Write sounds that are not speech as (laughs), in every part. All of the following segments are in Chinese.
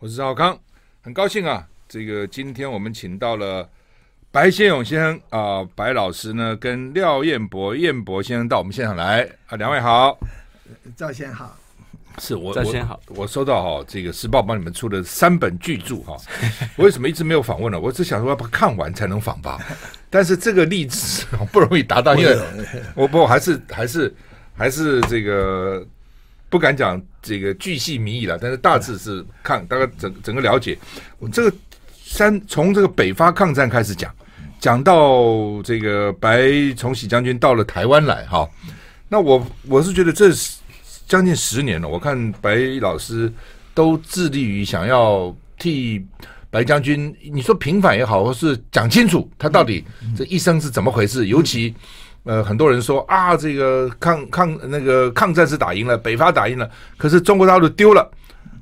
我是赵康，很高兴啊，这个今天我们请到了白先勇先生啊、白老师呢跟廖彦博彦博先生到我们现场来啊，两位好，赵先好，是我赵先好我，我收到哈、这个时报帮你们出的三本巨著哈、 (laughs) 我为什么一直没有访问呢？我只想说要把它看完才能访吧， (laughs) 但是这个励志不容易达到，因为我不我还是还是还是这个不敢讲这个巨细靡遗了，但是大致是看大概整整个了解。我这个三从这个北伐抗战开始讲，讲到这个白崇禧将军到了台湾来哈，那我我是觉得这是将近十年了，我看白老师都致力于想要替。白将军，你说平反也好，或是讲清楚他到底这一生是怎么回事，尤其呃，很多人说啊，这个抗抗那个抗战是打赢了，北伐打赢了，可是中国大陆丢了，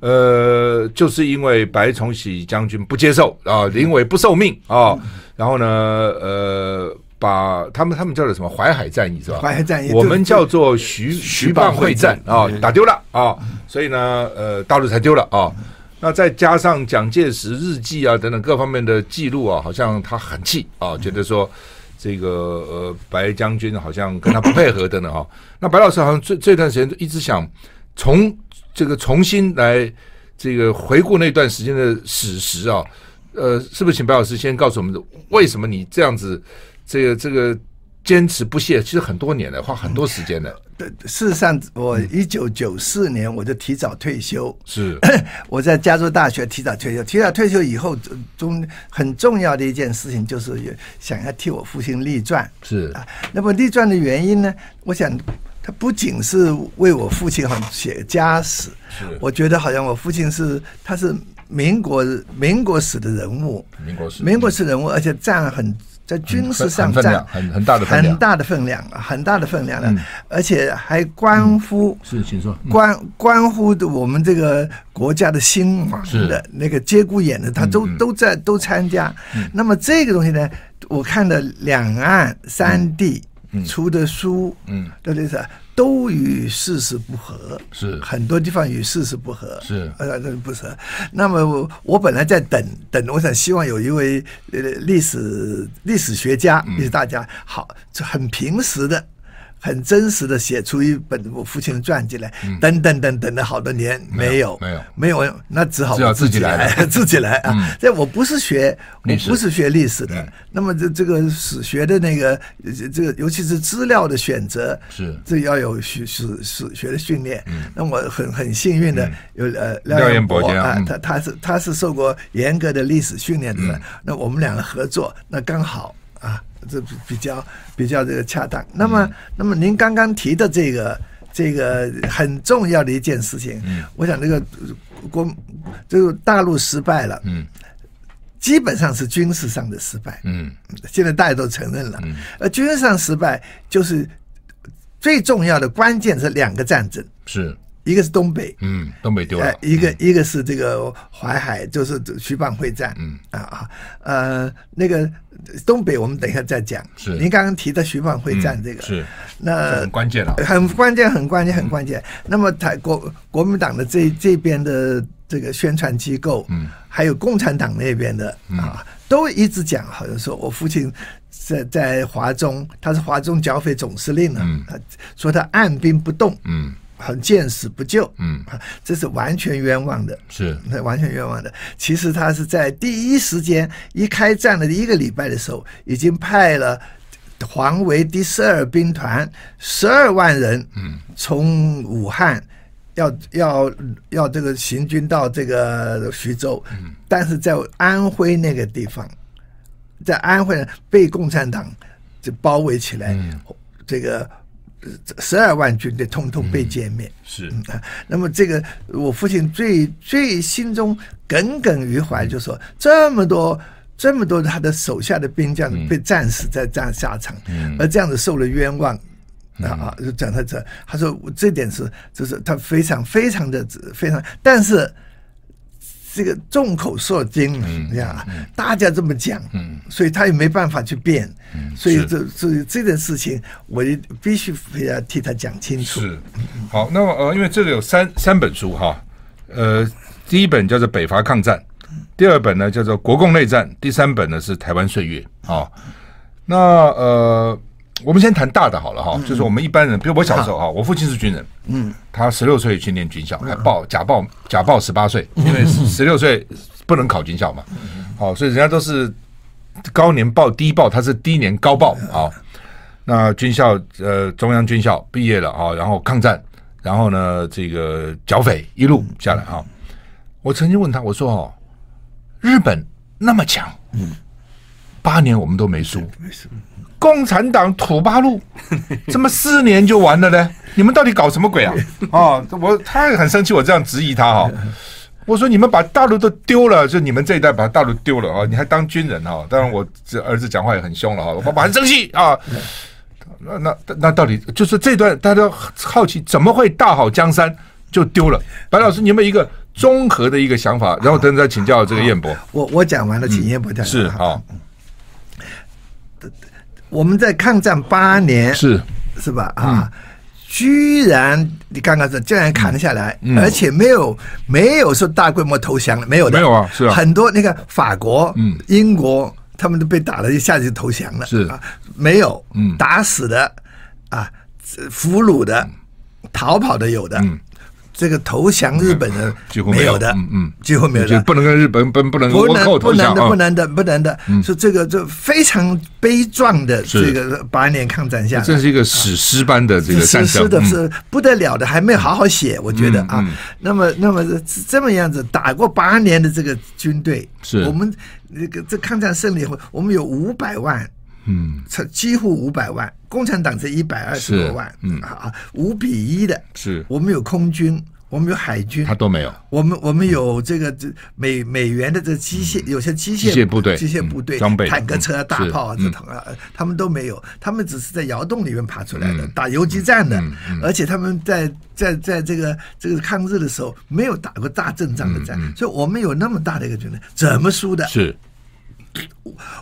呃，就是因为白崇禧将军不接受啊，临危不受命啊，然后呢，呃，把他们他们叫做什么淮海战役是吧？淮海战役我们叫做徐徐蚌会战啊，打丢了啊，所以呢，呃，大陆才丢了啊。那再加上蒋介石日记啊等等各方面的记录啊，好像他很气啊，觉得说这个呃白将军好像跟他不配合等等哈、那白老师好像这这段时间一直想重这个重新来这个回顾那段时间的史实啊，呃，是不是请白老师先告诉我们为什么你这样子这个这个坚持不懈，其实很多年了，花很多时间了，对事实上，我一九九四年我就提早退休，是我在加州大学提早退休。提早退休以后，呃中很重要的一件事情就是也想要替我父亲立传。是啊，那么立传的原因呢？我想，他不仅是为我父亲好像写家史，我觉得好像我父亲是他是民国民国史的人物，民国史民国史人物，而且占了很在军事上很分占量很很大的分量嗯很大的分量，啊很大的分量了，而且还关乎是，请说关关乎的我们这个国家的兴亡的那个节骨眼的，他嗯都都在都参加。那么这个东西呢，我看的两岸三地出的书，嗯，对对是。都与事实不合，是很多地方与事实不合，是呃，不是。那么我我本来在等等，我想希望有一位呃历史历史学家，嗯历史大家好，就很平实的。很真实的写出一本我父亲的传记来，等等等等了好多年，没有嗯没有没有，那只好只好我自己来嗯了来， (laughs) 自己来啊！这我不是学，我历史不是学历史的，那么这这个史学的那个这这个，尤其是资料的选择，是这要有学史史学的训练。那我很很幸运的有呃廖廖彦彦博博先生啊嗯，他他是他是受过严格的历史训练的人，那我们两个合作，那刚好啊，这比比较比较这个恰当。那嗯么那么您刚刚提的这个。这个很重要的一件事情，嗯我想这个呃国这个大陆失败了，嗯基本上是军事上的失败，嗯现在大家都承认了。而军事上失败就是最重要的关键是两个战争，是一个是东北，嗯东北丢呃了，一个一个是这个淮海，就是徐蚌会战，嗯啊啊，呃，那个东北我们等一下再讲。是嗯您刚刚提的徐蚌会战这个，是那很嗯关键啊了。很关键，很关键，很关键。那么台国国民党的这这边的这个宣传机构，嗯，还有共产党那边的嗯啊，都一直讲，好像说我父亲在在华中，他是华中剿匪总司令呢、啊，说他按兵不动，嗯，很见死不救，嗯啊，这是完全冤枉的。是那完全冤枉的。其实他是在第一时间一开战的一个礼拜的时候，已经派了黄维第十二兵团十二万人，嗯，从武汉要要要这个行军到这个徐州，嗯，但是在安徽那个地方，在安徽呢被共产党就包围起来，这个呃十二万军队通通被歼灭。是嗯啊那么这个我父亲最最心中耿耿于怀，就说这么多。这么多他的手下的兵将被战死在战下场，而这样子受了冤枉，啊啊，就讲到这，他说我这点是，就是他非常非常的非常，但是这个众口铄金，嗯这样啊大家这么讲，所以他也没办法去变，所以嗯是这所以这件事情，我也必须非要替他讲清楚。是，好，那么呃，因为这个有三三本书哈，呃，第一本叫做《北伐抗战》，第二本呢叫做《国共内战》，第三本呢是《台湾岁月》啊、那呃，我们先谈大的好了哈、嗯就是我们一般人，比如我小时候哈，我父亲是军人，嗯，他十六岁去念军嗯校，还报假报假报十八岁，因为十六岁不能考军校嘛，嗯好、所以人家都是高年报低报，他是低年高报啊、那军校呃中央军校毕业了啊、然后抗战，然后呢这个剿匪一路下来啊、我曾经问他，我说哦，日本那么强，嗯，八年我们都没输，没事，共产党土八 (laughs) 路，怎么四年就完了呢？你们到底搞什么鬼 (laughs) 啊？哦，我他很生气，我这样质疑他哈、我说你们把大陆都丢了，就你们这一代把大陆丢了啊、你还当军人哈、当然，我这儿子讲话也很凶了哈、我爸爸很生气啊。那那那到底就是这段大家都好奇，怎么会大好江山就丢了？白老师，你有没有一个综合的一个想法？然后等等再请教这个彦博。我我讲完了，请叶博讲。是啊、哦，我们在抗战八年，是是吧？嗯啊，居然你刚刚说，居然扛下来，嗯而且没有没有说大规模投降了，没有的，没有啊是啊很多那个法国、嗯英国，他们都被打了，一下子就投降了，是啊，没有，嗯打死的啊，俘虏的，逃跑的有的，嗯这投降日本人 (laughs) 几乎没没有的，嗯嗯几乎没有就的，不能跟日本不不能不倭寇能不投降能的啊嗯不。能的不能的，是这个这非常悲壮的是这个八年抗战下来，这是一个史诗般的这个是战是争，的嗯是不得了的，还没有好好写，我觉得啊嗯嗯。那么那么这这么样子，打过八年的这个军队，是我们那个这抗战胜利以后，我们有五百万，嗯，才几乎五百万，共产党才一百二十多万是，嗯啊，五比一的，是我们有空军，我们有海军，他都没有，我们我们有这个这美美元的这机械，有些机嗯械机械部队机械部嗯队、装备坦克车、嗯大是炮啊，嗯这啊，他们都没有，他们只是在窑洞里面爬出来嗯的，打游击战的，而且他们在在在这个这个抗日的时候没有打过大阵仗的战，所以我们有那么大的一个军队，怎么输的？嗯是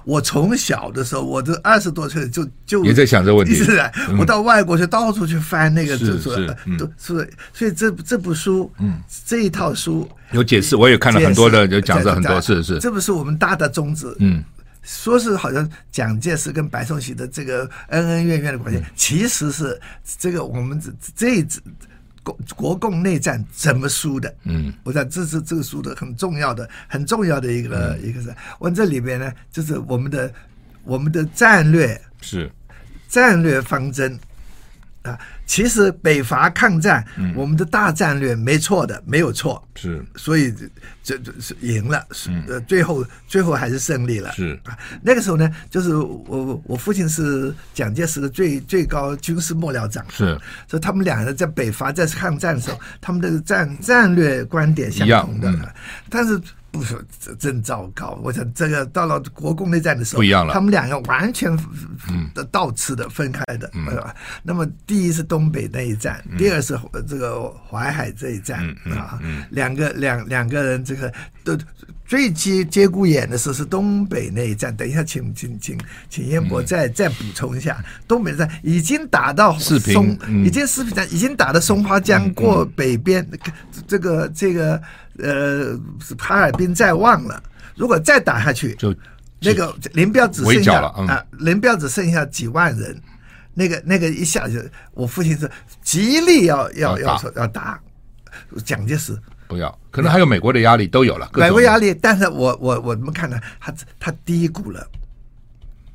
我从小的时候，我都二十多岁就就也在想这个问题嗯一直在，我到外国去到处去翻那个，是就是是嗯都是，所以这这部书，嗯，这一套书有解释，我也看了很多的，这就也是讲这了很多，是是，这不是我们大的宗旨。嗯，说是好像蒋介石跟白崇禧的这个恩恩怨怨的关嗯系，其实是这个我们这这一次国国共内战怎么输的？嗯，我想这是这个书的很重要的、很重要的一个、嗯一个是，我这里边呢，就是我们的我们的战略是战略方针啊，其实北伐抗战，我们的大战略没错的，没有错，嗯是嗯所以这这是赢了，是呃，最后最后还是胜利了。是啊，那个时候呢，就是我我父亲是蒋介石的最最高军事幕僚长，是，所以他们两人在北伐在抗战的时候，他们的战战略观点相同的，一样嗯但是。不是，这真糟糕！我想这个到了国共内战的时候，不一样了他们两个完全的倒刺的分开的，嗯对吧？那么第一是东北那一战，第二是呃这个淮海这一战嗯啊，两个两两个人这个都最节节骨眼的时候是东北那一战。等一下，请请请请燕博再再补充一下，东北战已经打到嗯四平松嗯已经四平战已经打到松花江过北边，这个这个呃哈尔滨在望了。如果再打下去，就那个林彪只围剩剿下了嗯啊，林彪只剩下几万人，那个那个一下就，我父亲说极力要要要打要说要打蒋介石，不要，可能还有美国的压力都有了，各种百威压力，但是我我我们看呢，他他低估了，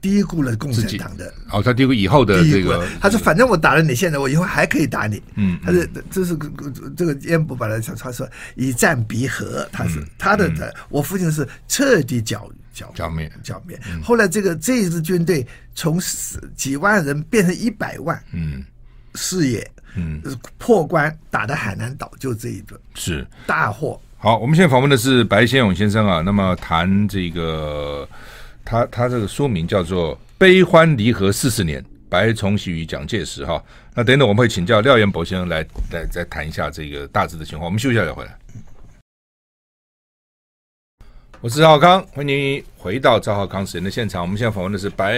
低估了共自产己党的。哦，他丢以后的低这估了个，他说：“反正我打了你，现在我以后还可以打你。”嗯他说：“这是这个燕博把他讲，他说以战逼和，他嗯是他的他，我父亲是彻底剿剿剿灭嗯剿灭。后来这个这一支军队从十几万人变成一百万，嗯视野，嗯，破关打的海南岛就这一顿是。大祸。好，我们现在访问的是白先勇先生啊。那么谈这个，他他这个书名叫做《悲欢离合四十年：白崇禧与蒋介石》哈。那等等我们会请教廖彦博先生来来再谈一下这个大致的情况。我们休息一下再回来。我是赵浩康，欢迎你回到赵浩康时间的现场。我们现在访问的是白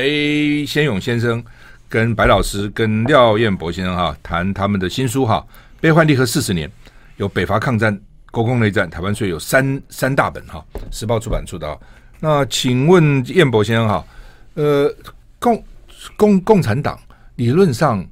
先勇先生、跟白老师、跟廖彦博先生哈，谈他们的新书哈《悲欢离合四十年》，由北伐抗战国共内战、台湾税有三三大本哈，时报出版出的啊。那请问彦博先生哈，呃，共共共产党理论上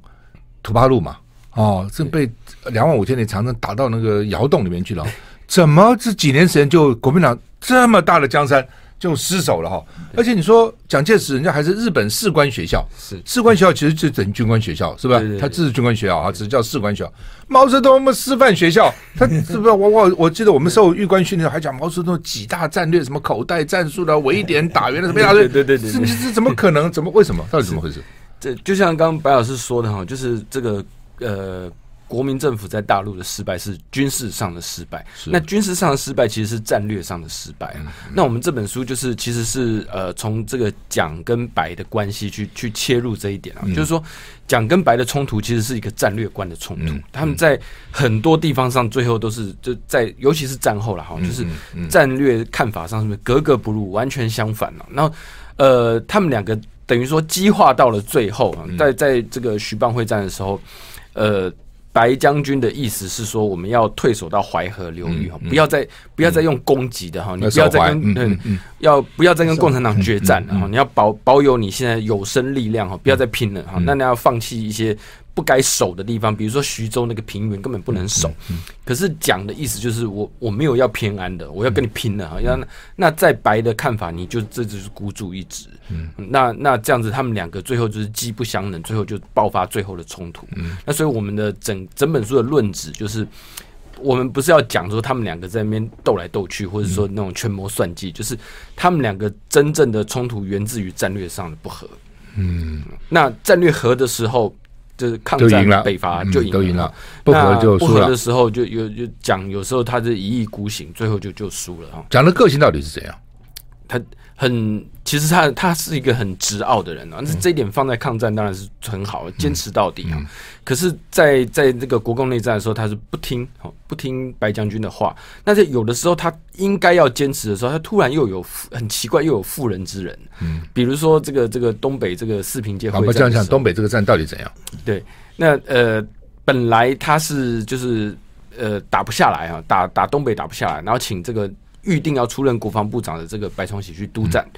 土八路嘛，哦，这被两万五千里长征打到那个窑洞里面去了，怎么这几年时间就国民党这么大的江山就失守了哈？而且你说蒋介石人家还是日本士官学校，是士官学校其实就等于军官学校是吧对对？对他这是军官学校啊，只是叫士官学校。毛泽东们师范学校，他是不是？我我我记得我们受预官训练的时候还讲毛泽东几大战略，什么口袋战术的、围点打援的什么一大堆，对对对对对这这怎么可能？怎么为什么？到底怎么回事？这就像刚刚白老师说的哈，就是这个呃，国民政府在大陆的失败是军事上的失败，是那军事上的失败其实是战略上的失败。啊那我们这本书就是其实是呃，从这个蒋跟白的关系去去切入这一点啊，就是说蒋跟白的冲突其实是一个战略观的冲突，嗯他们在很多地方上最后都是就在，尤其是战后了哈，就是嗯嗯战略看法上是不是格格不入，完全相反了、然后呃，他们两个等于说激化到了最后嗯啊，在在这个徐蚌会战的时候，呃。白将军的意思是说，我们要退守到淮河流域哈、不要再不要再用攻击的哈、你嗯那不要手再环跟、嗯嗯对要不要再跟共产党决战了哈、你要保保有你现在有生力量哈、哦不要再拼了哈、那你要放弃一些不该守的地方，比如说徐州那个平原根本不能守。可是蒋的意思就是我我没有要偏安的，我要跟你拼了哈。要那那在白的看法，你就这就是孤注一掷。嗯，那那这样子，他们两个最后就是机不相能，最后就爆发最后的冲突。嗯，那所以我们的整整本书的论旨就是。我们不是要讲说他们两个在那边斗来斗去，或者嗯说那种权谋算计，就是他们两个真正的冲突源自于战略上的不合。嗯，那战略合的时候，就是抗就战赢了北伐嗯就赢都赢了了，不合那就不输合了的时候就有有讲，有时候他是一意孤行，最后就就输了啊哈。蒋的个性到底是怎样？他很，其实他他是一个很执拗的人啊，嗯那这一点放在抗战当然是很好，坚持到底啊。可是在，在这个国共内战的时候，他是不听，哦不听白将军的话。那在有的时候他应该要坚持的时候，他突然又有妇很奇怪，又有妇人之仁。嗯，比如说这个这个东北这个四平街我们会战讲的时讲候，东啊北这个战到底怎样？对，那呃，本来他是就是呃打不下来啊，打打东北打不下来，然后请这个预定要出任国防部长的这个白崇禧去督战。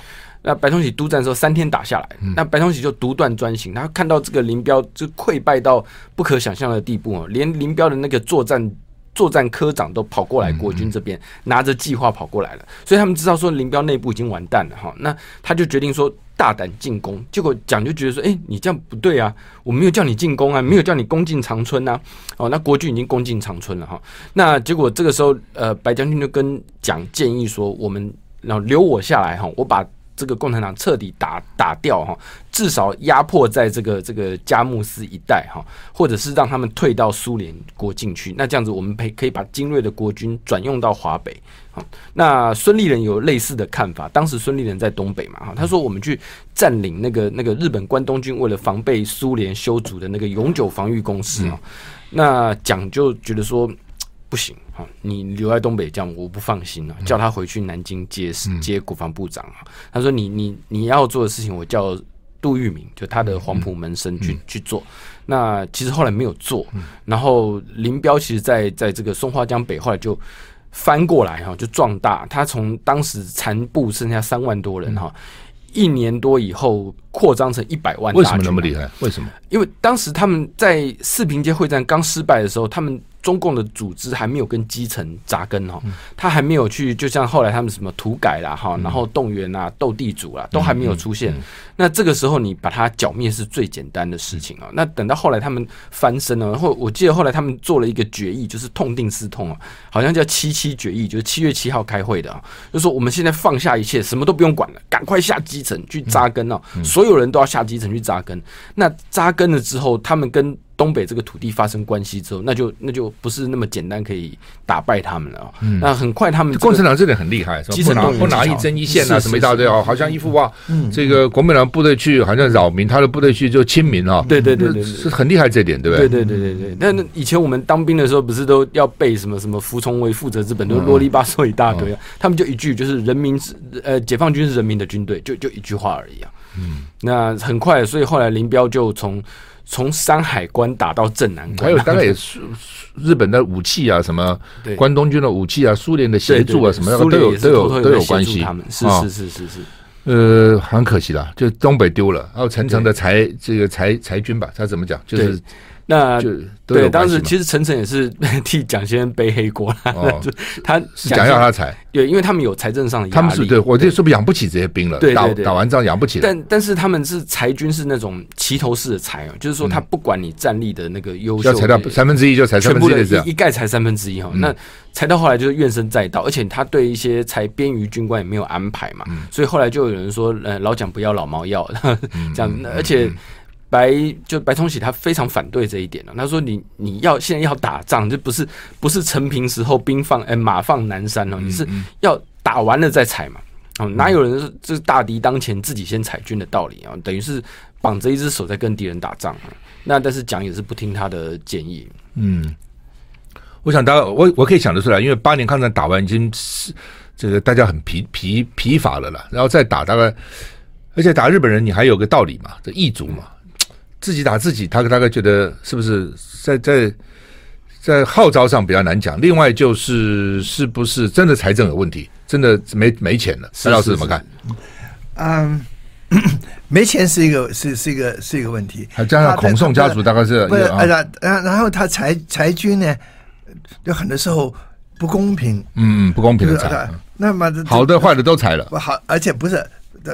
那白崇禧督战的时候，三天打下来，那白崇禧就独断专行。他看到这个林彪就溃败到不可想象的地步哦，连林彪的那个作战作战科长都跑过来国军这边，拿着计划跑过来了，所以他们知道说林彪内部已经完蛋了哈，那他就决定说大胆进攻，结果蒋就觉得说，哎、你这样不对啊，我没有叫你进攻啊，没有叫你攻进长春啊，哦，那国军已经攻进长春了哈，那结果这个时候呃，白将军就跟蒋建议说，我们然后留我下来哈，我把。这个共产党彻底打打掉哈，至少压迫在这个这个佳木斯一带哈，或者是让他们退到苏联国境去。那这样子，我们可以可以把精锐的国军转用到华北。好，那孙立人有类似的看法。当时孙立人在东北嘛，哈，他说我们去占领那个那个日本关东军为了防备苏联修筑的那个永久防御工事啊、那蒋就觉得说。不行啊！你留在东北这样，我不放心嗯啊，叫他回去南京接接国防部长啊。他说你你你要做的事情，我叫杜聿明，就他的黄埔门生嗯去、去做。那其实后来没有做，然后林彪其实在在这个松花江北后来就。翻过来哈，就壮大。他从当时残部剩下三万多人嗯哈，一年多以后扩张成一百万大军。啊为什么那么厉害？为什么？因为当时他们在四平街会战刚失败的时候，他们中共的组织还没有跟基层扎根哦，他还没有去，就像后来他们什么土改啦哈，然后动员啊、斗地主啦，都还没有出现。那这个时候你把它剿灭是最简单的事情啊。那等到后来他们翻身了，然后我记得后来他们做了一个决议，就是痛定思痛啊，好像叫七七决议，就是七月七号开会的啊，就说我们现在放下一切，什么都不用管了，赶快下基层去扎根哦，所有人都要下基层去扎根。那扎根了之后，他们跟东北这个土地发生关系之后，那就那就不是那么简单可以打败他们了、哦。那很快他们、这个共产党这点很厉害，什基么层不拿动员不拿技一巧针一线是啊，是嗯什么一大堆啊，好像一副啊，这个国民党部队去好像扰民，他的部队去就亲民啊，对对对对那对是很厉害这点，对不对？对对对对，那那以前我们当兵的时候，不是都要背什么什么服从为负责之本，都嗯啰里吧嗦一大堆啊。他们就一句，就是人民是呃，解放军是人民的军队，就就一句话而已啊。嗯，那很快，所以后来林彪就从从山海关打到镇南关，还有大概也是日本的武器啊，什么对关东军的武器啊，苏联的协 (laughs) 对对助啊，对什么那苏个都联有也是都偷偷有地都有协助关系。他们是啊是是是是，呃，很可惜啦，就东北丢了，还有层层的裁这个裁裁军吧，他怎么讲？就是那就都对，有当关系时嘛。其实陈诚也是 (laughs) 替蒋先生背黑锅啦，哦 (laughs) 就他是想要先他裁，对，因为他们有财政上的压力，他们是对我就说养不起这些兵了对，对打对打完仗养不起了，但但是他们是裁军是那种齐头式的裁哦，就是说他不管你战力的那个优嗯秀，要裁到三分之一就裁三全分部之一的的这样嗯一一概裁三分之一哈。那裁到后来就是怨声载道，而且他对一些裁边余军官也没有安排嘛，嗯所以后来就有人说，呃，老蒋不要，老毛 (laughs) 要嗯这样，那而且。白就白崇禧他非常反对这一点了、哦他说你你要现在要打仗，就不是不是陈平时候兵放哎、马放南山嗯哦，你是要打完了再踩嘛。哦，哪有人是这是大敌当前自己先裁军的道理啊？等于是绑着一只手在跟敌人打仗啊。那但是蒋也是不听他的建议，嗯，我想大家，我我可以想得出来，因为八年抗战打完已经是这个大家很疲疲疲乏了啦，然后再打大概，而且打日本人你还有个道理嘛，这异族嘛，自己打自己，他大概觉得是不是在在在号召上比较难讲。另外就是是不是真的财政有问题，真的没没钱了，是陈老师是怎么看？嗯， (coughs) 没钱是一个是是一个是一个问题，还加上他他孔宋家他族大概是不是，啊呃，然然然后他裁裁军呢，有很多时候不公平，嗯嗯不公平呃就是的他裁，那么这好的坏的都裁了。不好，而且不是。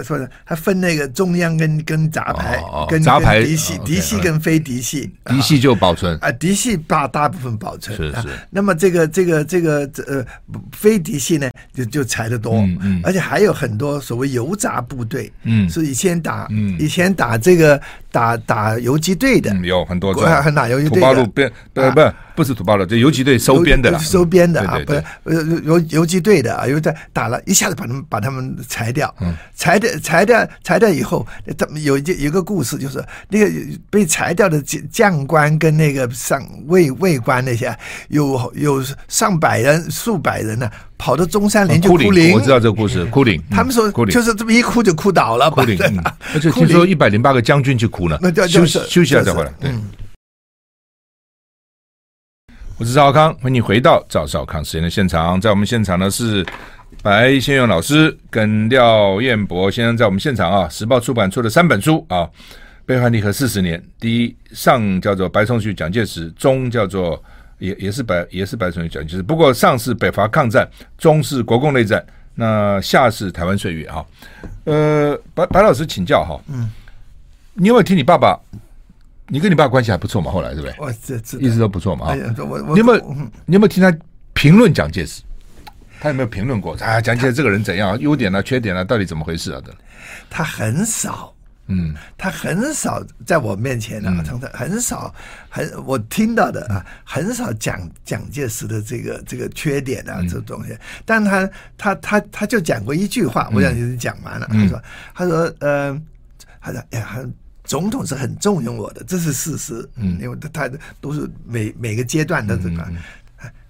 说的，他分那个中央跟跟杂牌，哦哦跟杂牌跟嫡系哦，，OK，嫡系跟非嫡系，嫡系就保存，啊，嫡系大大部分保存，是啊是那么这个这个这个这呃，不非嫡系呢，就就裁得多，嗯嗯而且还有很多所谓游杂部队，嗯是以前打，嗯以前打这个打打游击队的，嗯，有很多国很哪游击土队八路的。边不不不是土八路，就游击队收编的啦，啊收编的啊对，不对是对，游游游击队的啊，又在打了一下子把他们把他们裁掉，嗯裁掉裁掉裁掉以后，他们有一有一个故事，就是那个呃被裁掉的将将官跟那个上尉尉官那些，有有上百人数百人呢、跑到中山陵去枯哭岭，灵哦啊我知，道这个嗯故 (laughs) 事，枯岭。他们说嗯枯岭就是这么一哭就哭倒了，哭把 (laughs) 岭，人嗯而且听说一百零八个将军去哭呢那就，就休是嗯息休息一下再回来。对，我是赵康，欢迎你回到赵少康时间的现场，在我们现场呢是白先勇老师跟廖彦博先生在我们现场啊，时报出版出的三本书啊，《背叛历和四十年》，第一上叫做白崇禧与蒋介石，中叫做也也是白也是白崇禧与蒋介石，不过上是北伐抗战，中是国共内战，那下是台湾岁月啊。呃，白白老师请教哈，嗯，你有没有听你爸爸？你跟你爸关系还不错嘛？后来对不对？我这这一直都不错嘛？啊哦哎呀，我我你有没有嗯你有没有听他评论蒋介石？他有没有评论过？啊，蒋介石这个人怎样？优点啊，缺点啊，到底怎么回事啊？的，他很少。嗯，他很少在我面前啊，常常很少，很我听到的嗯啊，很少讲蒋介石的这个这个缺点啊，嗯这东西。但他他他他就讲过一句嗯话，我想已经讲完了。他说他说呃，他说哎呀，他总统是很重用我的，这是事实。嗯，因为他他都是每每个阶段的这个，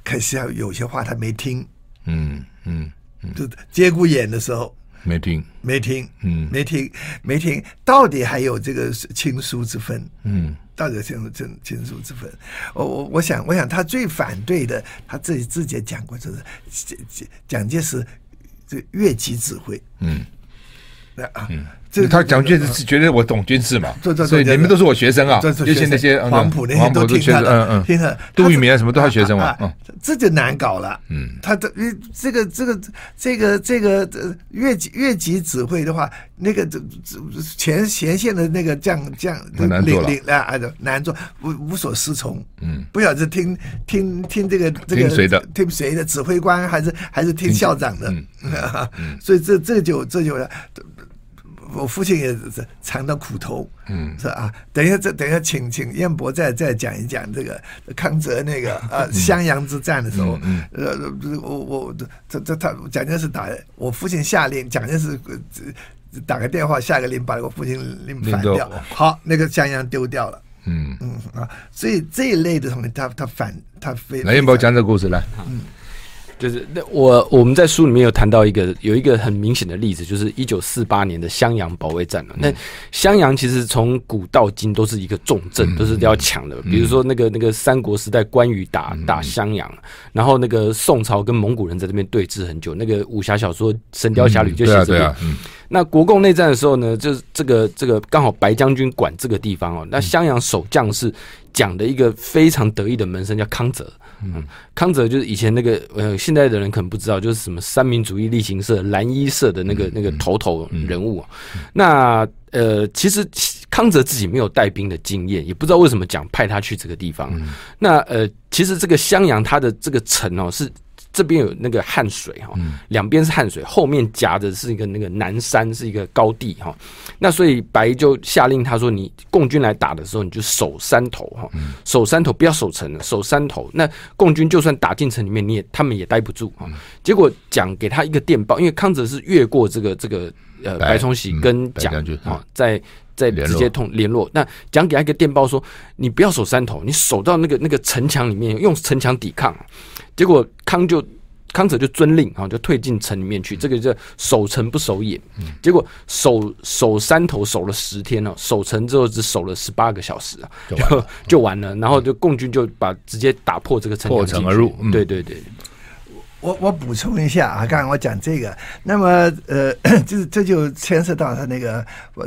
可惜啊，有些话他没听，嗯嗯，就节骨眼的时候。没听，没听，嗯没听，没听，到底还有这个亲疏之分，嗯，到底有亲疏亲亲疏之分？我我我想，我想他最反对的，他自己自己也讲过，就是蒋蒋蒋介石这越级指挥，嗯，那啊，这他蒋介石是觉得我懂军事嘛对对，对所以对你们都是我学生啊，这是尤其那些嗯黄埔那些黄都埔听学他生，的，嗯听嗯，他的。杜聿明啊什么都他学生嘛啊啊嗯这就难搞了。嗯，他的这个这个这个这个呃越级越级指挥的话，那个这这前前线的那个将将很难做了领领啊，啊难做，无无所适从。嗯，不晓得听听听这个这个听谁的听谁的指挥官还是还是听校长的。嗯，所以这这就这就。我父亲也是尝到苦头，嗯，是啊。等一下，这等一下请，请彦博再再讲一讲这个康泽那 (laughs) 个呃襄阳之战的时候，呃，呃我我这这他蒋介石打我父亲下令，蒋介石呃这打个电话下个令把我父亲令反令掉到，好，那个襄阳丢掉了，嗯。嗯啊，所以这一类的东西，他他反他非来，彦博讲这个故事来。就是那我我们在书里面有谈到一个有一个很明显的例子，就是一九四八年的襄阳保卫战了。啊嗯那襄阳其实从古到今都是一个重嗯镇，都是要抢的。比如说那个那个三国时代关羽打嗯打襄阳，然后那个宋朝跟蒙古人在这边对峙很久。那个武侠小说《神雕侠侣》就写对啊这对边啊，。嗯那国共内战的时候呢，就是这个这个刚好白将军管这个地方哦。那襄阳守将是讲的一个非常得意的门生叫康泽，嗯，康泽就是以前那个呃，现在的人可能不知道，就是什么三民主义力行社蓝衣社的那个那个头头人物、哦。那呃，其实康泽自己没有带兵的经验，也不知道为什么讲派他去这个地方。那呃，其实这个襄阳它的这个城哦是。这边有那个汉水哈，两边是汉水，后面夹着是一个那个南山，是一个高地哈。那所以白就下令他说，你共军来打的时候，你就守山头哈，守山头不要守城了，守山头。那共军就算打进城里面，你也他们也待不住啊。结果蒋给他一个电报，因为康泽是越过这个这个呃白白崇禧嗯跟白蒋将军啊，在在联直络接通联络。那蒋给他一个电报说，你不要守山头，你守到那个那个城墙里面，用城墙抵抗。结果康就康泽就遵令啊，就退进城里面去。这个叫守城不守野。嗯结果守守山头守了十天哦，守城之后只守了十八个小时啊，就完了 (laughs) 就完了。然后就共军就把直接打破这个嗯城墙破进城去而入嗯对对对，我我补充一下啊，刚才我讲这个，那么呃，这这就牵涉到他那个我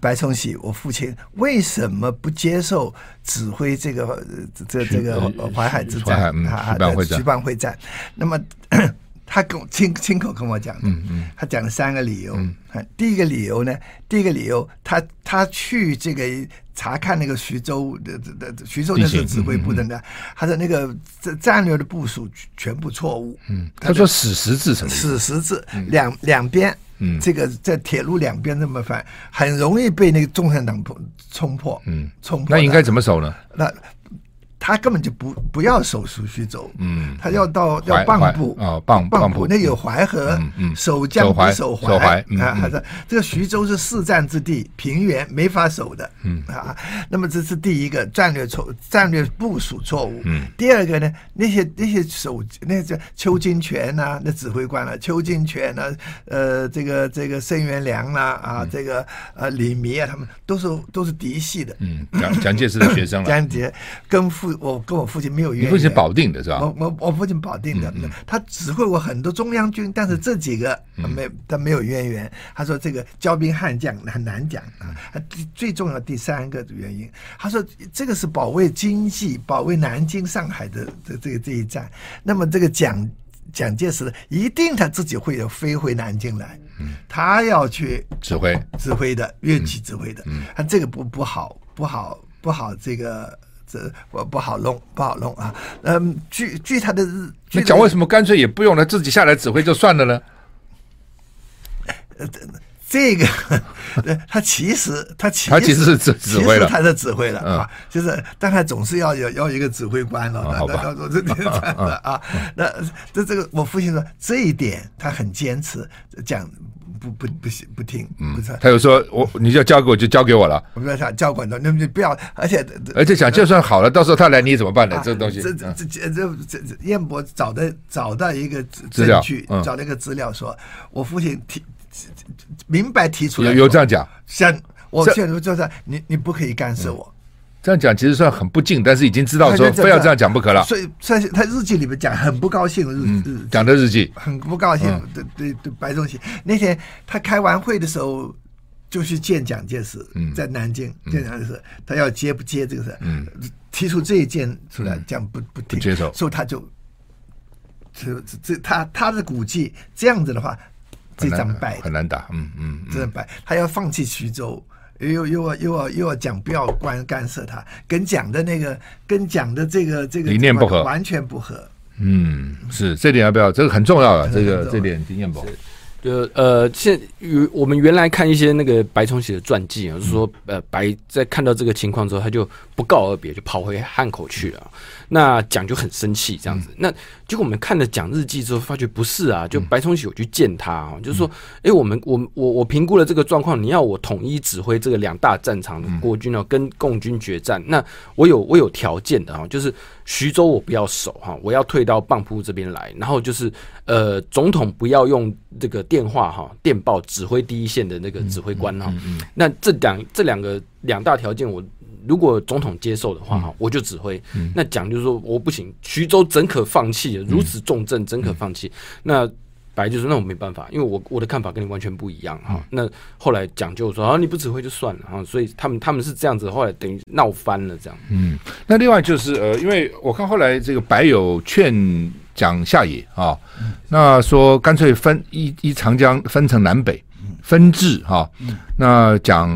白崇禧，我父亲为什么不接受指挥这个呃这这个呃淮海之淮海战嗯徐啊蚌会战举办会战？那么 (coughs) 他跟我亲亲口跟我讲的，嗯他讲了三个理由。啊第一个理由呢，第一个理由，他他去这个查看那个徐州的的的徐州那地是形指挥部的嗯呢，他的那个战战略的部署全部错误。嗯，他说史实制成的，史十字两两边，嗯这个在铁路两边这么翻，很容易被那个共产党破冲破，嗯冲破的。那应该怎么守呢？那他根本就不不要守苏徐州，嗯他要到淮要蚌埠淮啊蚌蚌蚌埠埠那有淮河嗯，嗯守将守淮不守守淮淮嗯啊，嗯还是这个徐州是四战之地，平原没法守的，嗯啊，那么这是第一个战略错战略部署错误，嗯，第二个呢，那些那些守那些邱金泉呐、那指挥官啊，邱金泉呐、呃，这个这个申元良啦啊，嗯这个呃李弥啊，他们都是都是嫡系的，嗯。 (laughs) 嗯，蒋蒋介石的学生了，江杰跟父我跟我父亲没有渊你源，父亲保定的啊嗯是吧我？我我父亲保定的，他指挥过很多中央军，但是这几个嗯呃没他没有渊源。他说这个骄兵悍将很难讲啊。啊最最重要第三个原因，他说这个是保卫经济、保卫南京、上海的这这个这一战。那么这个蒋蒋介石一定他自己会有飞回南京来，嗯他要去指挥指挥嗯的，乐器指挥的，啊，这个不不好，不好，不好，这个这不不好弄，不好弄啊。嗯，据据他的日，那据蒋为么什么干脆也不用了，自己下来指挥就算了呢？这个？ (laughs) 呃他其实他其实他其实是指指挥了其实他是指挥了嗯啊，就是但他总是要有要一个指挥官了，啊好吧那那那这 (laughs) 啊，那这这个我父亲说这一点他很坚持，讲不不不行不听，不是。他又说我你要交给我就交给我了，我们要想教管的，那你不要，而且而且蒋就算好了，到时候他来你怎么办呢啊？这个东西，这嗯这这这这这燕博找的找到一个资资料证据嗯，找到一个资料说，我父亲提明白提出来有说，有这样讲，像我这嗯劝说就是你你不可以干涉我，这样讲其实算很不敬，但是已经知道他说就非要这样讲不可了。所以所以他日记里面讲很不高兴，嗯日日讲的日记，很不高兴，嗯对对对，白崇禧那天他开完会的时候。就去见蒋介石，嗯在南京见蒋介石，他要接不接这个事，提出这一件出来，蒋不不听，不接受所以他就，这这这他他的估计这样子的话，这很难张败很难打，嗯嗯嗯，真的白，他要放弃徐州，又又要又要又要讲不要干干涉他，跟讲的那个跟讲的这个这个理念不合完全不合。嗯，是这点要不要？这个很重要啊，这很重个要这点经验宝，就呃，现与我们原来看一些那个白崇禧的传记啊，就是说呃，白在看到这个情况之后，他就不告而别，就跑回汉口去了。那蒋就很生气，这样子。那结果我们看了蒋日记之后，发觉不是啊，就白崇禧有去见他啊，就是说，哎，我们我我我评估了这个状况，你要我统一指挥这个两大战场的国军哦，跟共军决战，那我有我有条件的啊，就是徐州我不要守哈，我要退到蚌埠这边来。然后就是呃，总统不要用这个电话哈、电报指挥第一线的那个指挥官哈。那这两这两个两大条件我。如果总统接受的话，哈、我就指挥。那讲就是说我不行，徐州怎可放弃？啊如此重镇怎可放弃？那白就说那我没办法，因为我我的看法跟你完全不一样哈、那后来讲就说啊你不指挥就算了哈、所以他们他们是这样子，后来等于闹翻了这样。那另外就是呃，因为我看后来这个白有劝讲下野啊，那说干脆分一一长江分成南北分治哈、那讲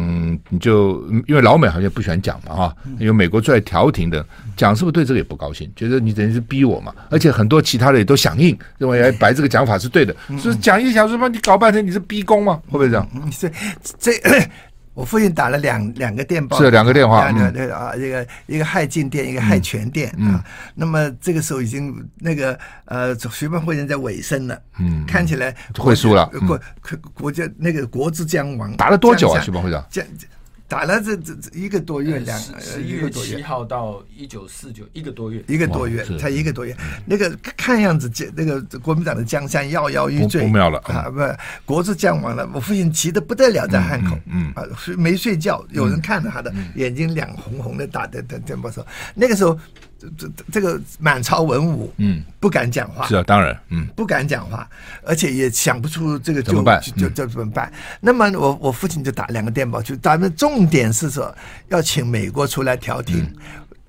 你就因为老美好像不喜欢讲嘛哈、因为美国出来调停的，讲是不是对这个也不高兴？觉得你等于是逼我嘛，而且很多其他的也都响应，认为哎白这个讲法是对的，所以讲一讲说嘛，你搞半天你是逼宫吗？会不会这样？ (laughs) 嗯这这， (coughs) 我父亲打了两两个电报，是两个电话对嗯对啊，一个一个害进店，一个害全店、啊。那么这个时候已经那个呃，徐蚌会战在尾声了，嗯，看起来会输了嗯国国国家那个国之将亡。打了多久啊？徐江邦会长？山？这打了这这这一个多月，两呃一个多月。号到一九四九一个多月一个多月哇是，嗯才一个多月。那个看样子，这那个国民党的江山摇摇欲坠，不不妙了嗯啊！不，国之将亡了。我父亲急得不得了，在汉口，嗯啊，睡没睡觉，有人看着他的眼睛两红红的，打的等等不说。那个时候，这这这个满朝文武，嗯，不敢讲话是，啊，当然，嗯。不敢讲话，而且也想不出这个就怎么办嗯就就就怎么办。那么我我父亲就打两个电报，就咱们重点是说要请美国出来调停。嗯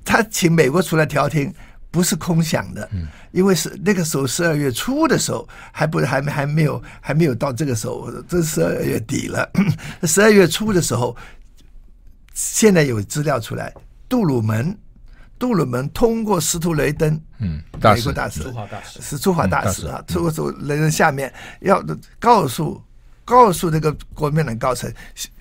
他请美国出来调停不是空想的，嗯因为是那个时候十二月初的时候，还不还没还没有还没有到这个时候，这十二月底了， (clears throat) 十二月初的时候，现在有资料出来，杜鲁门。杜鲁门通过斯图雷登，嗯，大美使国大使，驻华大使是驻华大使啊，驻驻雷登下面要告诉告诉这个国民党高层，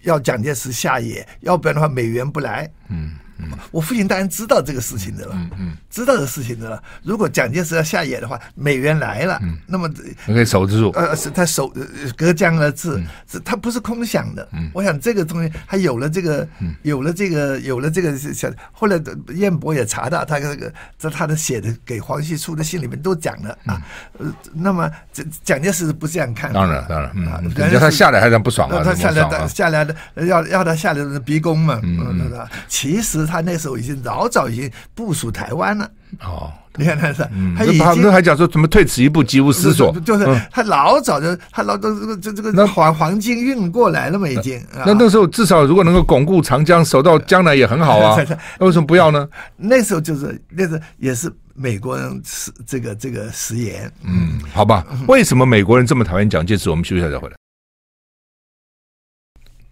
要蒋介石下野，要不然的话美元不来。嗯嗯，我父亲当然知道这个事情的了，嗯嗯，知道这个事情的了。如果蒋介石要下野的话，美元来了，那么你可以守得住，呃，是他手呃隔江而嗯治，是他不是空想的。我想这个东西，他有了这个，嗯有了这个，有了这个想。后来呃燕博也查到，他这个在他的写的给黄旭初的信里面都讲了啊。呃，那么这蒋介石不这样看的，嗯当然，当然，啊嗯，原人家他是下来还让不爽啊，让他怎下么来爽啊的下来的，要要他下来的逼宫嘛，嗯，对吧？其实他那时候已经老早已经部署台湾了，哦，你看他是，他那已他们经都还讲说怎么退此一步，急无思索嗯不。是就是他老早就他老早这个这这个那黄黄金运过来了嘛，已经。啊那那时候至少如果能够巩固长江，守到将来也很好 (laughs) 啊是。那为什么不要呢？那时候就是那时候也是美国人食这个这个食言，嗯，好吧。为什么美国人这么讨厌蒋介石？我们休息一下再回来。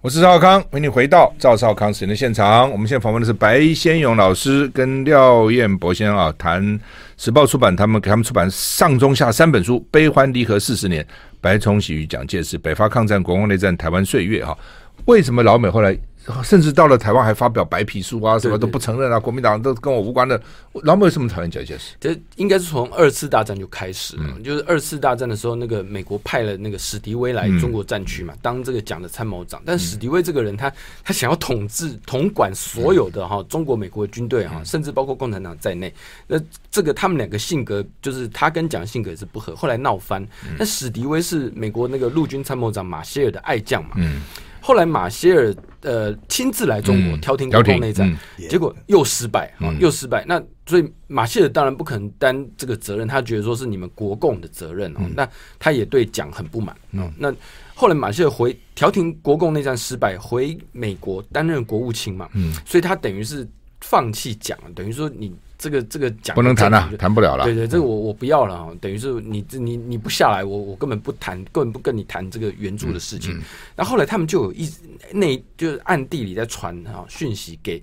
我是赵康，欢迎你回到赵少康时间的现场。我们现在访问的是白先勇老师跟廖彦博先生啊，谈时报出版他们给他们出版上中下三本书，《悲欢离合四十年》《白崇禧与蒋介石》《北伐抗战、国共内战、台湾岁月》哈、为什么老美后来甚至到了台湾还发表白皮书啊，什么对对都不承认啊，国民党都跟我无关的？老美为什么讨厌蒋介石？这应该是从二次大战就开始了，就是二次大战的时候，那个美国派了那个史迪威来中国战区嘛，当这个蒋的参谋长。但史迪威这个人他，他想要统治、统管所有的哈、中国、美国的军队哈、甚至包括共产党在内。那这个他们两个性格，就是他跟蒋性格也是不合，后来闹翻。那史迪威是美国那个陆军参谋长马歇尔的爱将嘛，后来马歇尔呃亲自来中国嗯调停调国停共内战，结果又失败啊，嗯又失败。那所以马歇尔当然不可能担这个责任，他觉得说是你们国共的责任哦。嗯那他也对蒋很不满。嗯，那后来马歇尔回调停国共内战失败，回美国担任国务卿嘛，嗯，所以他等于是放弃蒋，等于说你这个这个 (laughs) 蒋不能谈了、了、嗯谈不了了。对对，这个我我不要了啊、等于是你这你你不下来，我我根本不谈，根本不跟你谈这个援助的事情。嗯然后后来他们就有一内就是暗地里在传哈、讯息给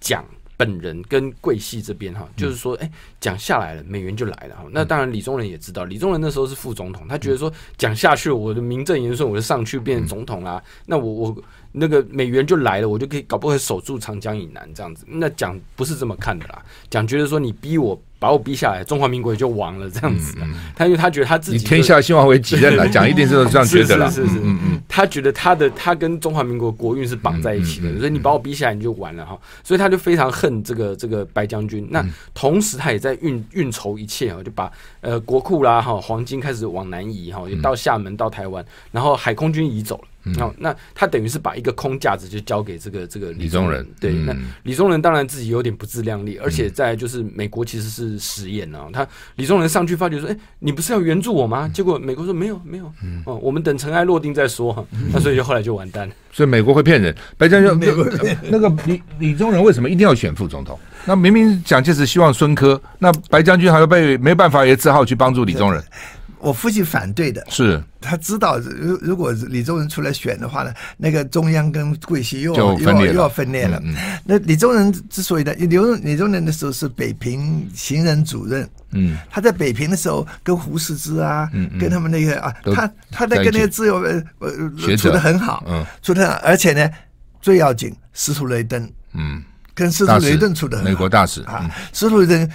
蒋本人跟桂系这边哈、嗯就是说哎蒋下来了，美元就来了哈、那当然李宗仁也知道，李宗仁那时候是嗯嗯副总统，他觉得说蒋下去了，我的名正言顺我就上去变成总统啦、那我我那个美元就来了，我就可以搞不好守住长江以南这样子。那蒋不是这么看的啦，蒋觉得说你逼我把我逼下来，中华民国也就亡了这样子啊。他因为他觉得他自己以嗯就天下兴亡为己任 (laughs) 了，讲一定是这样觉得了。是是是是嗯嗯他觉得他的他跟中华民国国运是绑在一起的，嗯嗯嗯所以你把我逼下来你就完了哈，所以他就非常恨这个这个白将军。那同时他也在运运筹一切啊，就把呃国库啦哈黄金开始往南移哈，也到厦门到台湾，然后海空军移走了。好、那他等于是把一个空架子就交给这个这个李宗仁对，嗯那李宗仁当然自己有点不自量力，而且再来就是美国其实是食言啊，他李宗仁上去发觉说，哎、你不是要援助我嗯吗？结果美国说没有没有，哦，我们等尘埃落定再说哈，那所以就后来就完蛋了。所以美国会骗人。白将军美国那个李李宗仁为什么一定要选副总统？那明明蒋介石希望孙科，那白将军还要被没办法，也只好去帮助李 (laughs) 宗仁。我父亲反对的，是，他知道如如果李宗仁出来选的话呢，那个中央跟桂系又就要又分要裂了嗯又要分裂了。那李宗仁之所以的，李宗李宗仁的时候是北平行人主任。嗯，他在北平的时候，跟胡适之啊，跟他们那个啊，都他他在在一跟那个起自由呃呃学者处的很好，嗯，处的，而且呢，最要紧，司徒雷登，嗯，跟司徒大使雷登处的很好，美国大使嗯啊，司徒雷登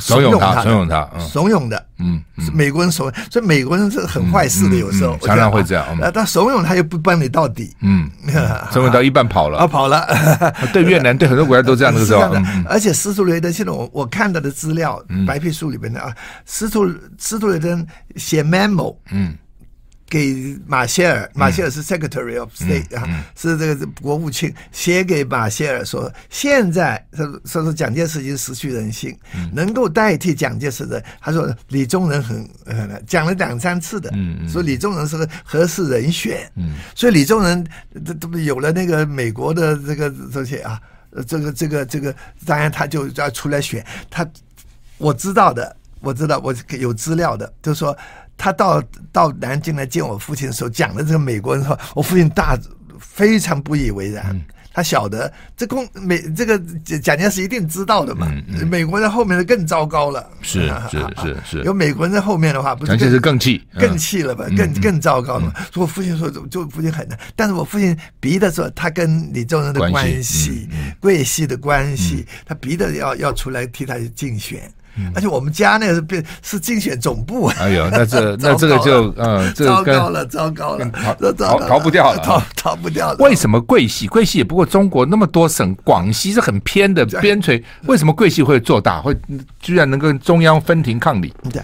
怂恿他的怂恿他嗯怂恿的，嗯，是美国人怂，所以美国人是很坏事的，嗯有时候嗯嗯常常会这样嗯那他啊怂恿他又不帮你到底，嗯， (laughs) 孙文到一半跑啊了，跑了， (laughs) 对越南，对很多国家都这样，那个是时这候，样的嗯嗯，而且司徒雷登，现在我我看到的资料，白皮书里面的啊，司徒司徒雷登写 memo，嗯，给马歇尔，马歇尔是 Secretary of State 啊，是这个国务卿，写给马歇尔说，现在他说他说蒋介石已经失去人心，能够代替蒋介石的，他说李宗仁很呃讲了两三次的，说李宗仁是个合适人选，所以李宗仁这这不有了那个美国的这个这些啊。呃，这个这个这个，当然他就要出来选。他我知道的，我知道我有资料的，就是说他到到南京来见我父亲的时候，讲的这个美国人说，我父亲大非常不以为然。嗯他晓得这共美这个蒋蒋介石一定知道的嘛，美国人后面的更糟糕了，嗯啊是是是是有美国人在后面的话，不是蒋介石更气，嗯更气了吧，更更糟糕了嘛。所以我父亲说，就就父亲很难，但是我父亲逼的说，他跟李宗仁的关系关系，嗯桂系的关系，他逼的要要出来替他竞选。而且我们家那个是变是竞选总部，嗯啊哎呦，那 (laughs) 这那这个就，嗯，这糟个糕跟了，糟糕了，逃这糟糕逃逃不掉了逃逃不掉了。为什么桂系？桂系也不过中国那么多省，广西是很偏的边哎陲，为什么桂系会做大，会居然能跟中央分庭抗礼？对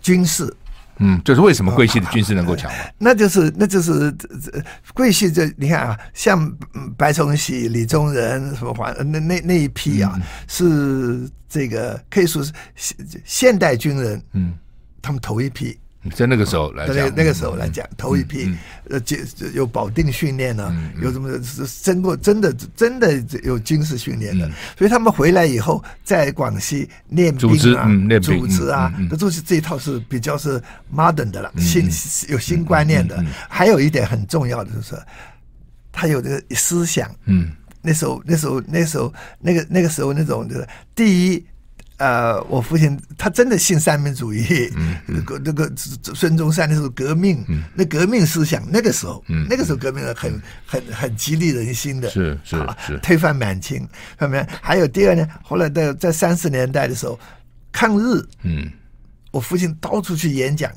军事，嗯，就是为什么桂系的军事能够强嘛？ (laughs) 那就是那就是呃这这桂系这你看啊，像嗯白崇禧、李宗仁什么黄那那那一批啊，是这个可以说是现现代军人，嗯，他们头一批。嗯在那个时候来对那讲，那个时候来讲，头一批呃，接有保定训练呢，有什么是经过真的真的有军事训练的，所以他们回来以后在广西练组兵织啊嗯练，兵组织啊嗯嗯嗯，那都是这一套是比较是 modern 的了，新有新观念的。还有一点很重要的就是，他有这个思想，嗯，那时候，那时候，那时候，那个那个时候那种就是第一，呃，我父亲他真的信三民主义，嗯那个那个孙中山那时候革命，那革命思想那个时候，那个时候革命很很很激励人心的，嗯是是啊是推翻满清，反面还有第二呢，后来在在三十年代的时候，抗日，嗯，我父亲到处去演讲，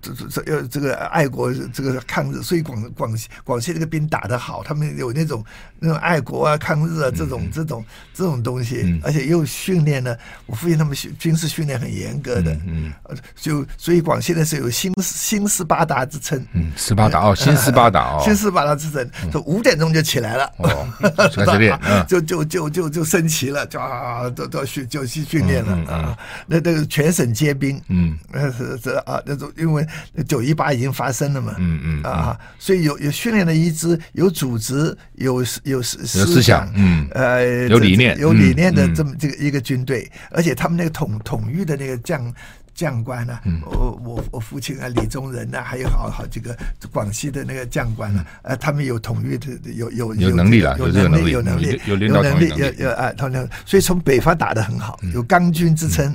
这这这呃这个爱国这个抗日，所以广广西广西这个兵打得好，他们有那种那种爱国啊、抗日啊这种这种这种东西，而且又训练呢，我父亲他们训军事训练很严格的，嗯，就所以广西那时候有新新斯巴达之称，嗯，斯巴达哦，新斯巴达哦，哎新斯巴达之神，就五点钟就起来了，哦开始练嗯就就就就就升旗了，就啊，都都训就去训练了嗯啊。那那个全省皆兵，嗯，呃是是啊，那种因为九一八已经发生了嘛，嗯嗯啊，所以有有训练的一支，有组织，有有思有思想嗯呃，有这理这念有嗯理念的嗯这么这个一个军队，而且他们那个统统御的那个将将官呢、嗯我我我父亲啊，李宗仁呐、还有好好几个广西的那个将官呢、嗯啊，呃，他们有统御的有有有能力了有有这个能能力有能有力，有领有哎导能统御力，能力嗯有有啊，他们所以从北伐打得很好，有钢军之称。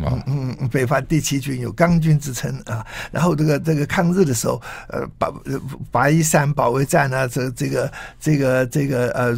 嗯嗯，嗯北伐第七军有钢军之称啊。然后这个这个抗日的时候，呃，八呃八一三保卫战啊，这这个这个这个呃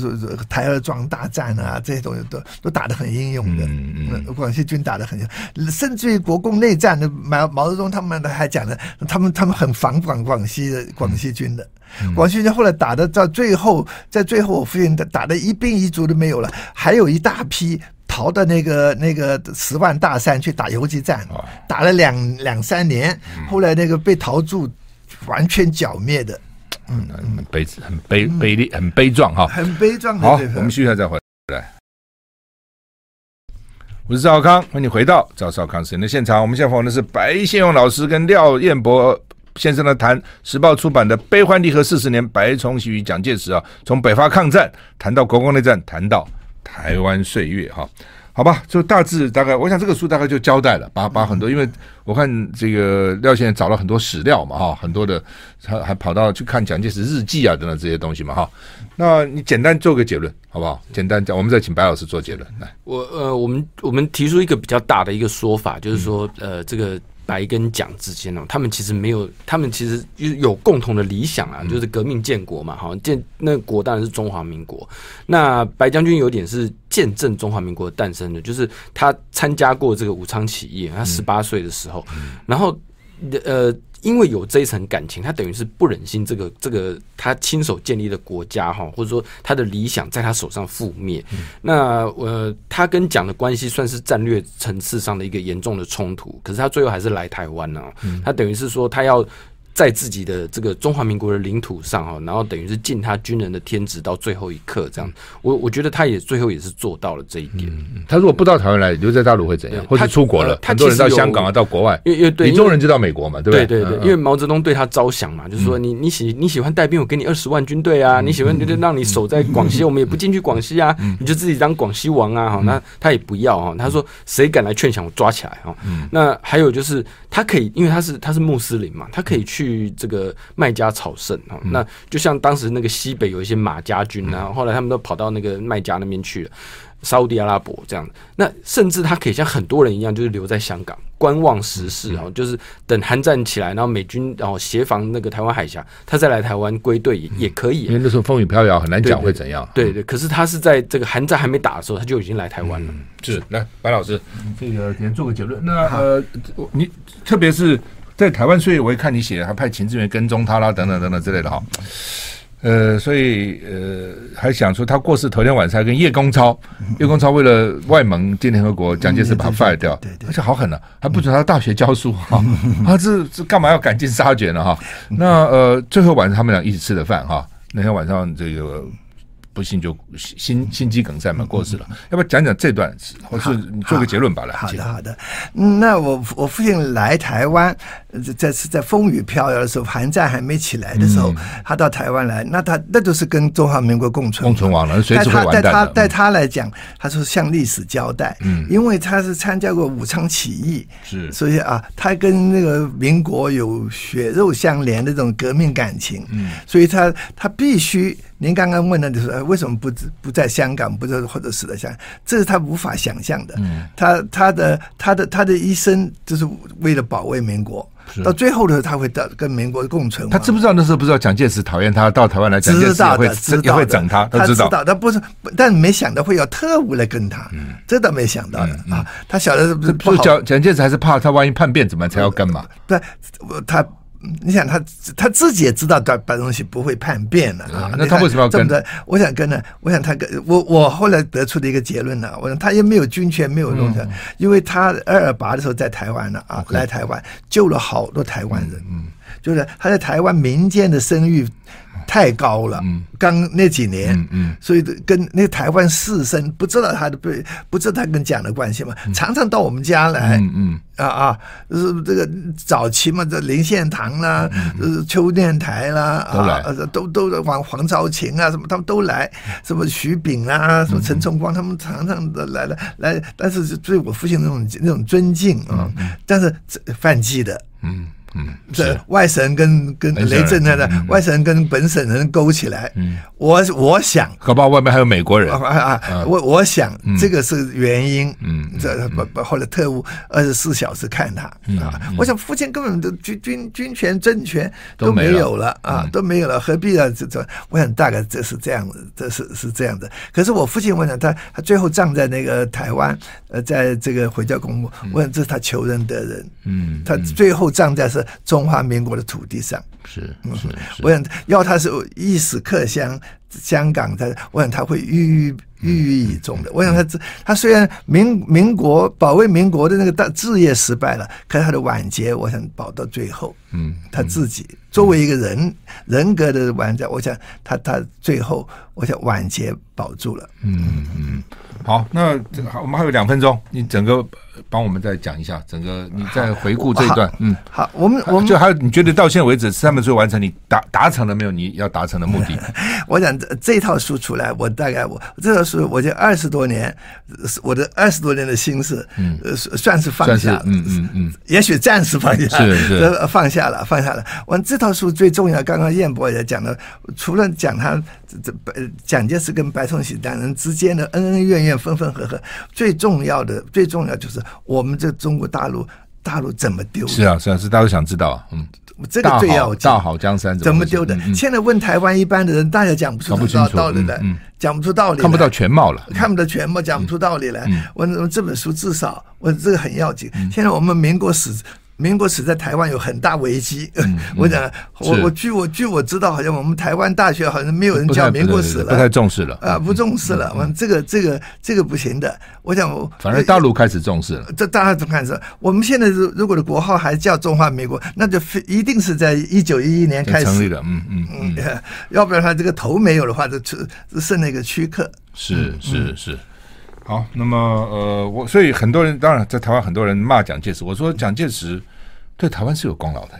台儿庄大战啊，这些东西都都打得很英勇的。嗯嗯嗯，广西军打得很英勇，甚至于国共内战的毛毛泽东他们还讲了，他们他们很反广广西的广西军的。广西军后来打的到最后，在最后我父亲打打的一兵一卒都没有了，还有一大批逃到那个那个十万大山去打游击战，哦打了两两三年，嗯后来那个被陶铸完全剿灭的，很悲很悲嗯悲厉很悲壮哈。很悲壮的哦好，这份我们休息一下再回来。我是赵康，欢迎你回到赵少康时间的现场。我们现在访问的是白先勇老师跟廖彦博先生的谈《时报》出版的《悲欢离合四十年：白崇禧与蒋介石》啊，从北伐抗战谈到国共内战，谈到台湾岁月哈、好吧，就大致大概，我想这个书大概就交代了，把把很多，因为我看这个廖先生找了很多史料嘛，哈，很多的，他还跑到去看蒋介石日记啊等等这些东西嘛，哈。那你简单做个结论，好不好？简单讲，我们再请白老师做结论来。我呃，我们我们提出一个比较大的一个说法，就是说，呃，这个白跟蒋之间哦，他们其实没有，他们其实有有共同的理想啊，就是革命建国嘛，好建那国当然是中华民国。那白将军有点是见证中华民国的诞生的，就是他参加过这个武昌起义，他十八岁的时候，然后呃，因为有这一层感情，他等于是不忍心这个这个他亲手建立的国家哈，或者说他的理想在他手上覆灭。那呃，他跟蒋的关系算是战略层次上的一个严重的冲突，可是他最后还是来台湾了、嗯他等于是说他要。在自己的这个中华民国的领土上哈，然后等于是尽他军人的天职到最后一刻这样，我我觉得他也最后也是做到了这一点。嗯他如果不到台湾来，留在大陆会怎样？对或者他出国了呃？他很多人其到实有香港啊，到国外。因为因为对李因为宗仁就到美国嘛，对不对？对对嗯因为毛泽东对他招降嘛，就是说你你喜你喜欢带兵，我给你二十万军队啊，你嗯喜欢就就让你守在广西，我们也不进去广西啊，你就自己当广西王啊，哈，嗯那他也不要啊，他说谁敢来劝降，我抓起来哦哈。那还有就是他可以，因为他是他是穆斯林嘛，他可以去这个麦加朝圣哈。那就像当时那个西北有一些马家军啊，后来他们都跑到那个麦加那边去了。沙烏地阿拉伯这样，那甚至他可以像很多人一样，就是留在香港观望时事哦，就是等韩战起来，然后美军然后协防那个台湾海峡，他再来台湾归队也也可以因。为那时候风雨飘摇，很难讲对对会怎样。对对，可是他是在这个韩战还没打的时候，他就已经来台湾了。是，来白老师，这个先做个结论。那呃，你特别是在台湾岁月，我也看你写，还派秦志远跟踪他啦，等等等等之类的哈。呃，所以呃，还想说他过世头天晚上还跟叶公超，叶公超为了外蒙进联合国，蒋介石把他 fire 掉，对对而且好狠啊，还嗯不准他大学教书 (laughs) 哈，他这这干嘛要赶尽杀绝呢哈？那呃，最后晚上他们俩一起吃的饭哈，那天晚上这个不幸就心心肌梗塞嘛过世了，要不要讲讲这段，或是你做个结论吧来？嗯好的，好的。嗯那我我父亲来台湾，呃这这是在风雨飘摇的时候，韩战还没起来的时嗯候，他到台湾来，那他那就是跟中华民国共存共存亡了，随时会完但他蛋的嗯但他对。他来讲，他说向历史交代，嗯，因为他是参加过武昌起义，是所以啊，他跟那个民国有血肉相连的这种革命感情，嗯，所以他他必须。您刚刚问的就是呃为什么不不在香港，不是或者死在香港，这是他无法想象的。嗯、他他的他的他的一生就是为了保卫民国，到最后的时候他会到跟民国共存亡。他知不知道那时候不知道蒋介石讨厌他，到台湾来，蒋介知石道也会的，知道的也会整他，他知道。他不是，不但没想到会有特务来跟他，这倒没想到的嗯啊。他晓得是不是不所以好，蒋蒋介石还是怕他万一叛变怎么才要跟嘛？不是我他。你想他他自己也知道白白东西不会叛变的啊嗯，那他为什么要跟的？我想跟呢，我想他跟我我后来得出的一个结论呢、我想他也没有军权，没有弄嗯的，因为他二二八的时候在台湾了啊，来台湾救了好多台湾人，嗯就是他在台湾民间的声誉太高了，嗯刚那几年，所以跟那台湾士绅不知道他的不不知道他跟蒋的关系嘛，嗯常常到我们家来，啊啊，是这个早期嘛，这林献堂啦，呃，邱念台啦，嗯都来啊，呃都都往黄昭勤啊，什么他们都来，什么徐炳啊，什么陈崇光，他们常常的来了嗯来，但是对我父亲那种那种尊敬啊，但是这犯忌的，嗯，嗯，这外省跟跟本省雷人震他的外省跟本省人勾起来，我我想搞不好外面还有美国人啊。啊啊！我我想这个是原因，嗯，这不不后来特务二十四小时看他啊，我想福建根本都军军军权政权都都没没了有了啊，都没有了，何必要这这？我想大概这是这样的，这是是这样的。可是我父亲，我想他他最后葬在那个台湾，呃，在这个回教公墓，我想这是他求仁得仁，嗯，他最后葬在是中华民国的土地上，是是是，我想要他是一史克乡香港的，我想他会郁郁郁郁以终的。我想他这他虽然民民国保卫民国的那个大事业失败了，可是他的晚节，我想保到最后。嗯，他自己作为一个人人格的玩家，我想他他最后，我想晚节保住了。好，那这好，我们还有两分钟，你整个呃帮我们再讲一下，整个你再回顾这一段好，嗯，好，我们我们就还有你觉得到现在为止三本书完成，你达达成了没有？你要达成的 (laughs) 目的，我想这这套书出来，我大概我这套书，我这二十多年，呃我的二十多年的心思，嗯，算是放算是下了，嗯嗯嗯，也许暂时放下，是是呃放下了，放下了。我这套书最重要，刚刚燕博也讲了，除了讲他这这呃蒋介石跟白崇禧两人之间的恩恩怨怨、分分合合，最重要的最重要就是我们这中国大陆大陆怎么丢的，是啊是啊，是大家都想知道啊，嗯，这个大最好要紧大。好江山怎么回事丢的嗯？嗯现在问台湾一般的人，大家讲不出搞不道清楚道理来嗯嗯，讲不出道理来，看不到全貌了，看不到全部，讲不出道理来。嗯我我这本书至少我这个很要紧。现在我们民国史。民国史在台湾有很大危机， (laughs) 我讲，我嗯是我据我据我知道，好像我们台湾大学好像没有人不教太民国史不太不太了，重视了啊，不重视了。我这个这个这个不行的，我讲，我嗯反而大陆开始重视了。这大家怎么看是？我们现在如如果的国号还叫中华民国，那就非一定是在一九一一年开成立始，了，嗯嗯，嗯， (laughs) 要不然他这个头没有的话，就只只剩那个躯壳。是是是。嗯好，那么呃，我所以很多人当然在台湾很多人骂蒋介石，我说蒋介石对台湾是有功劳的。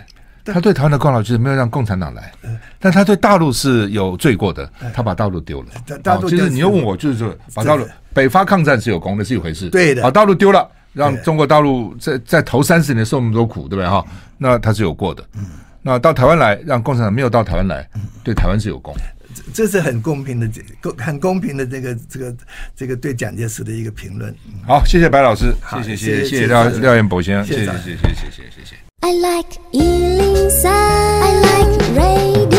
他对台湾的功劳就是没有让共产党来，呃但他对大陆是有罪过的，他把大陆丢了大。呃大好，陆其实丢你又问我，就是说把大陆北伐抗战是有功的是一回事，对的把大陆丢了，让中国大陆在在头三十年受那么多苦，对不对哈？嗯那他是有过的。那到台湾来，让共产党没有到台湾来，对台湾是有功。这是很公平的，这公很公平的这个这个这个对蒋介石的一个评论。好，谢谢白老师，好谢谢谢谢谢谢谢谢廖谢谢廖彦博先生，谢谢谢谢大谢家谢谢谢谢谢。 I like Ealing Sound. I like radio.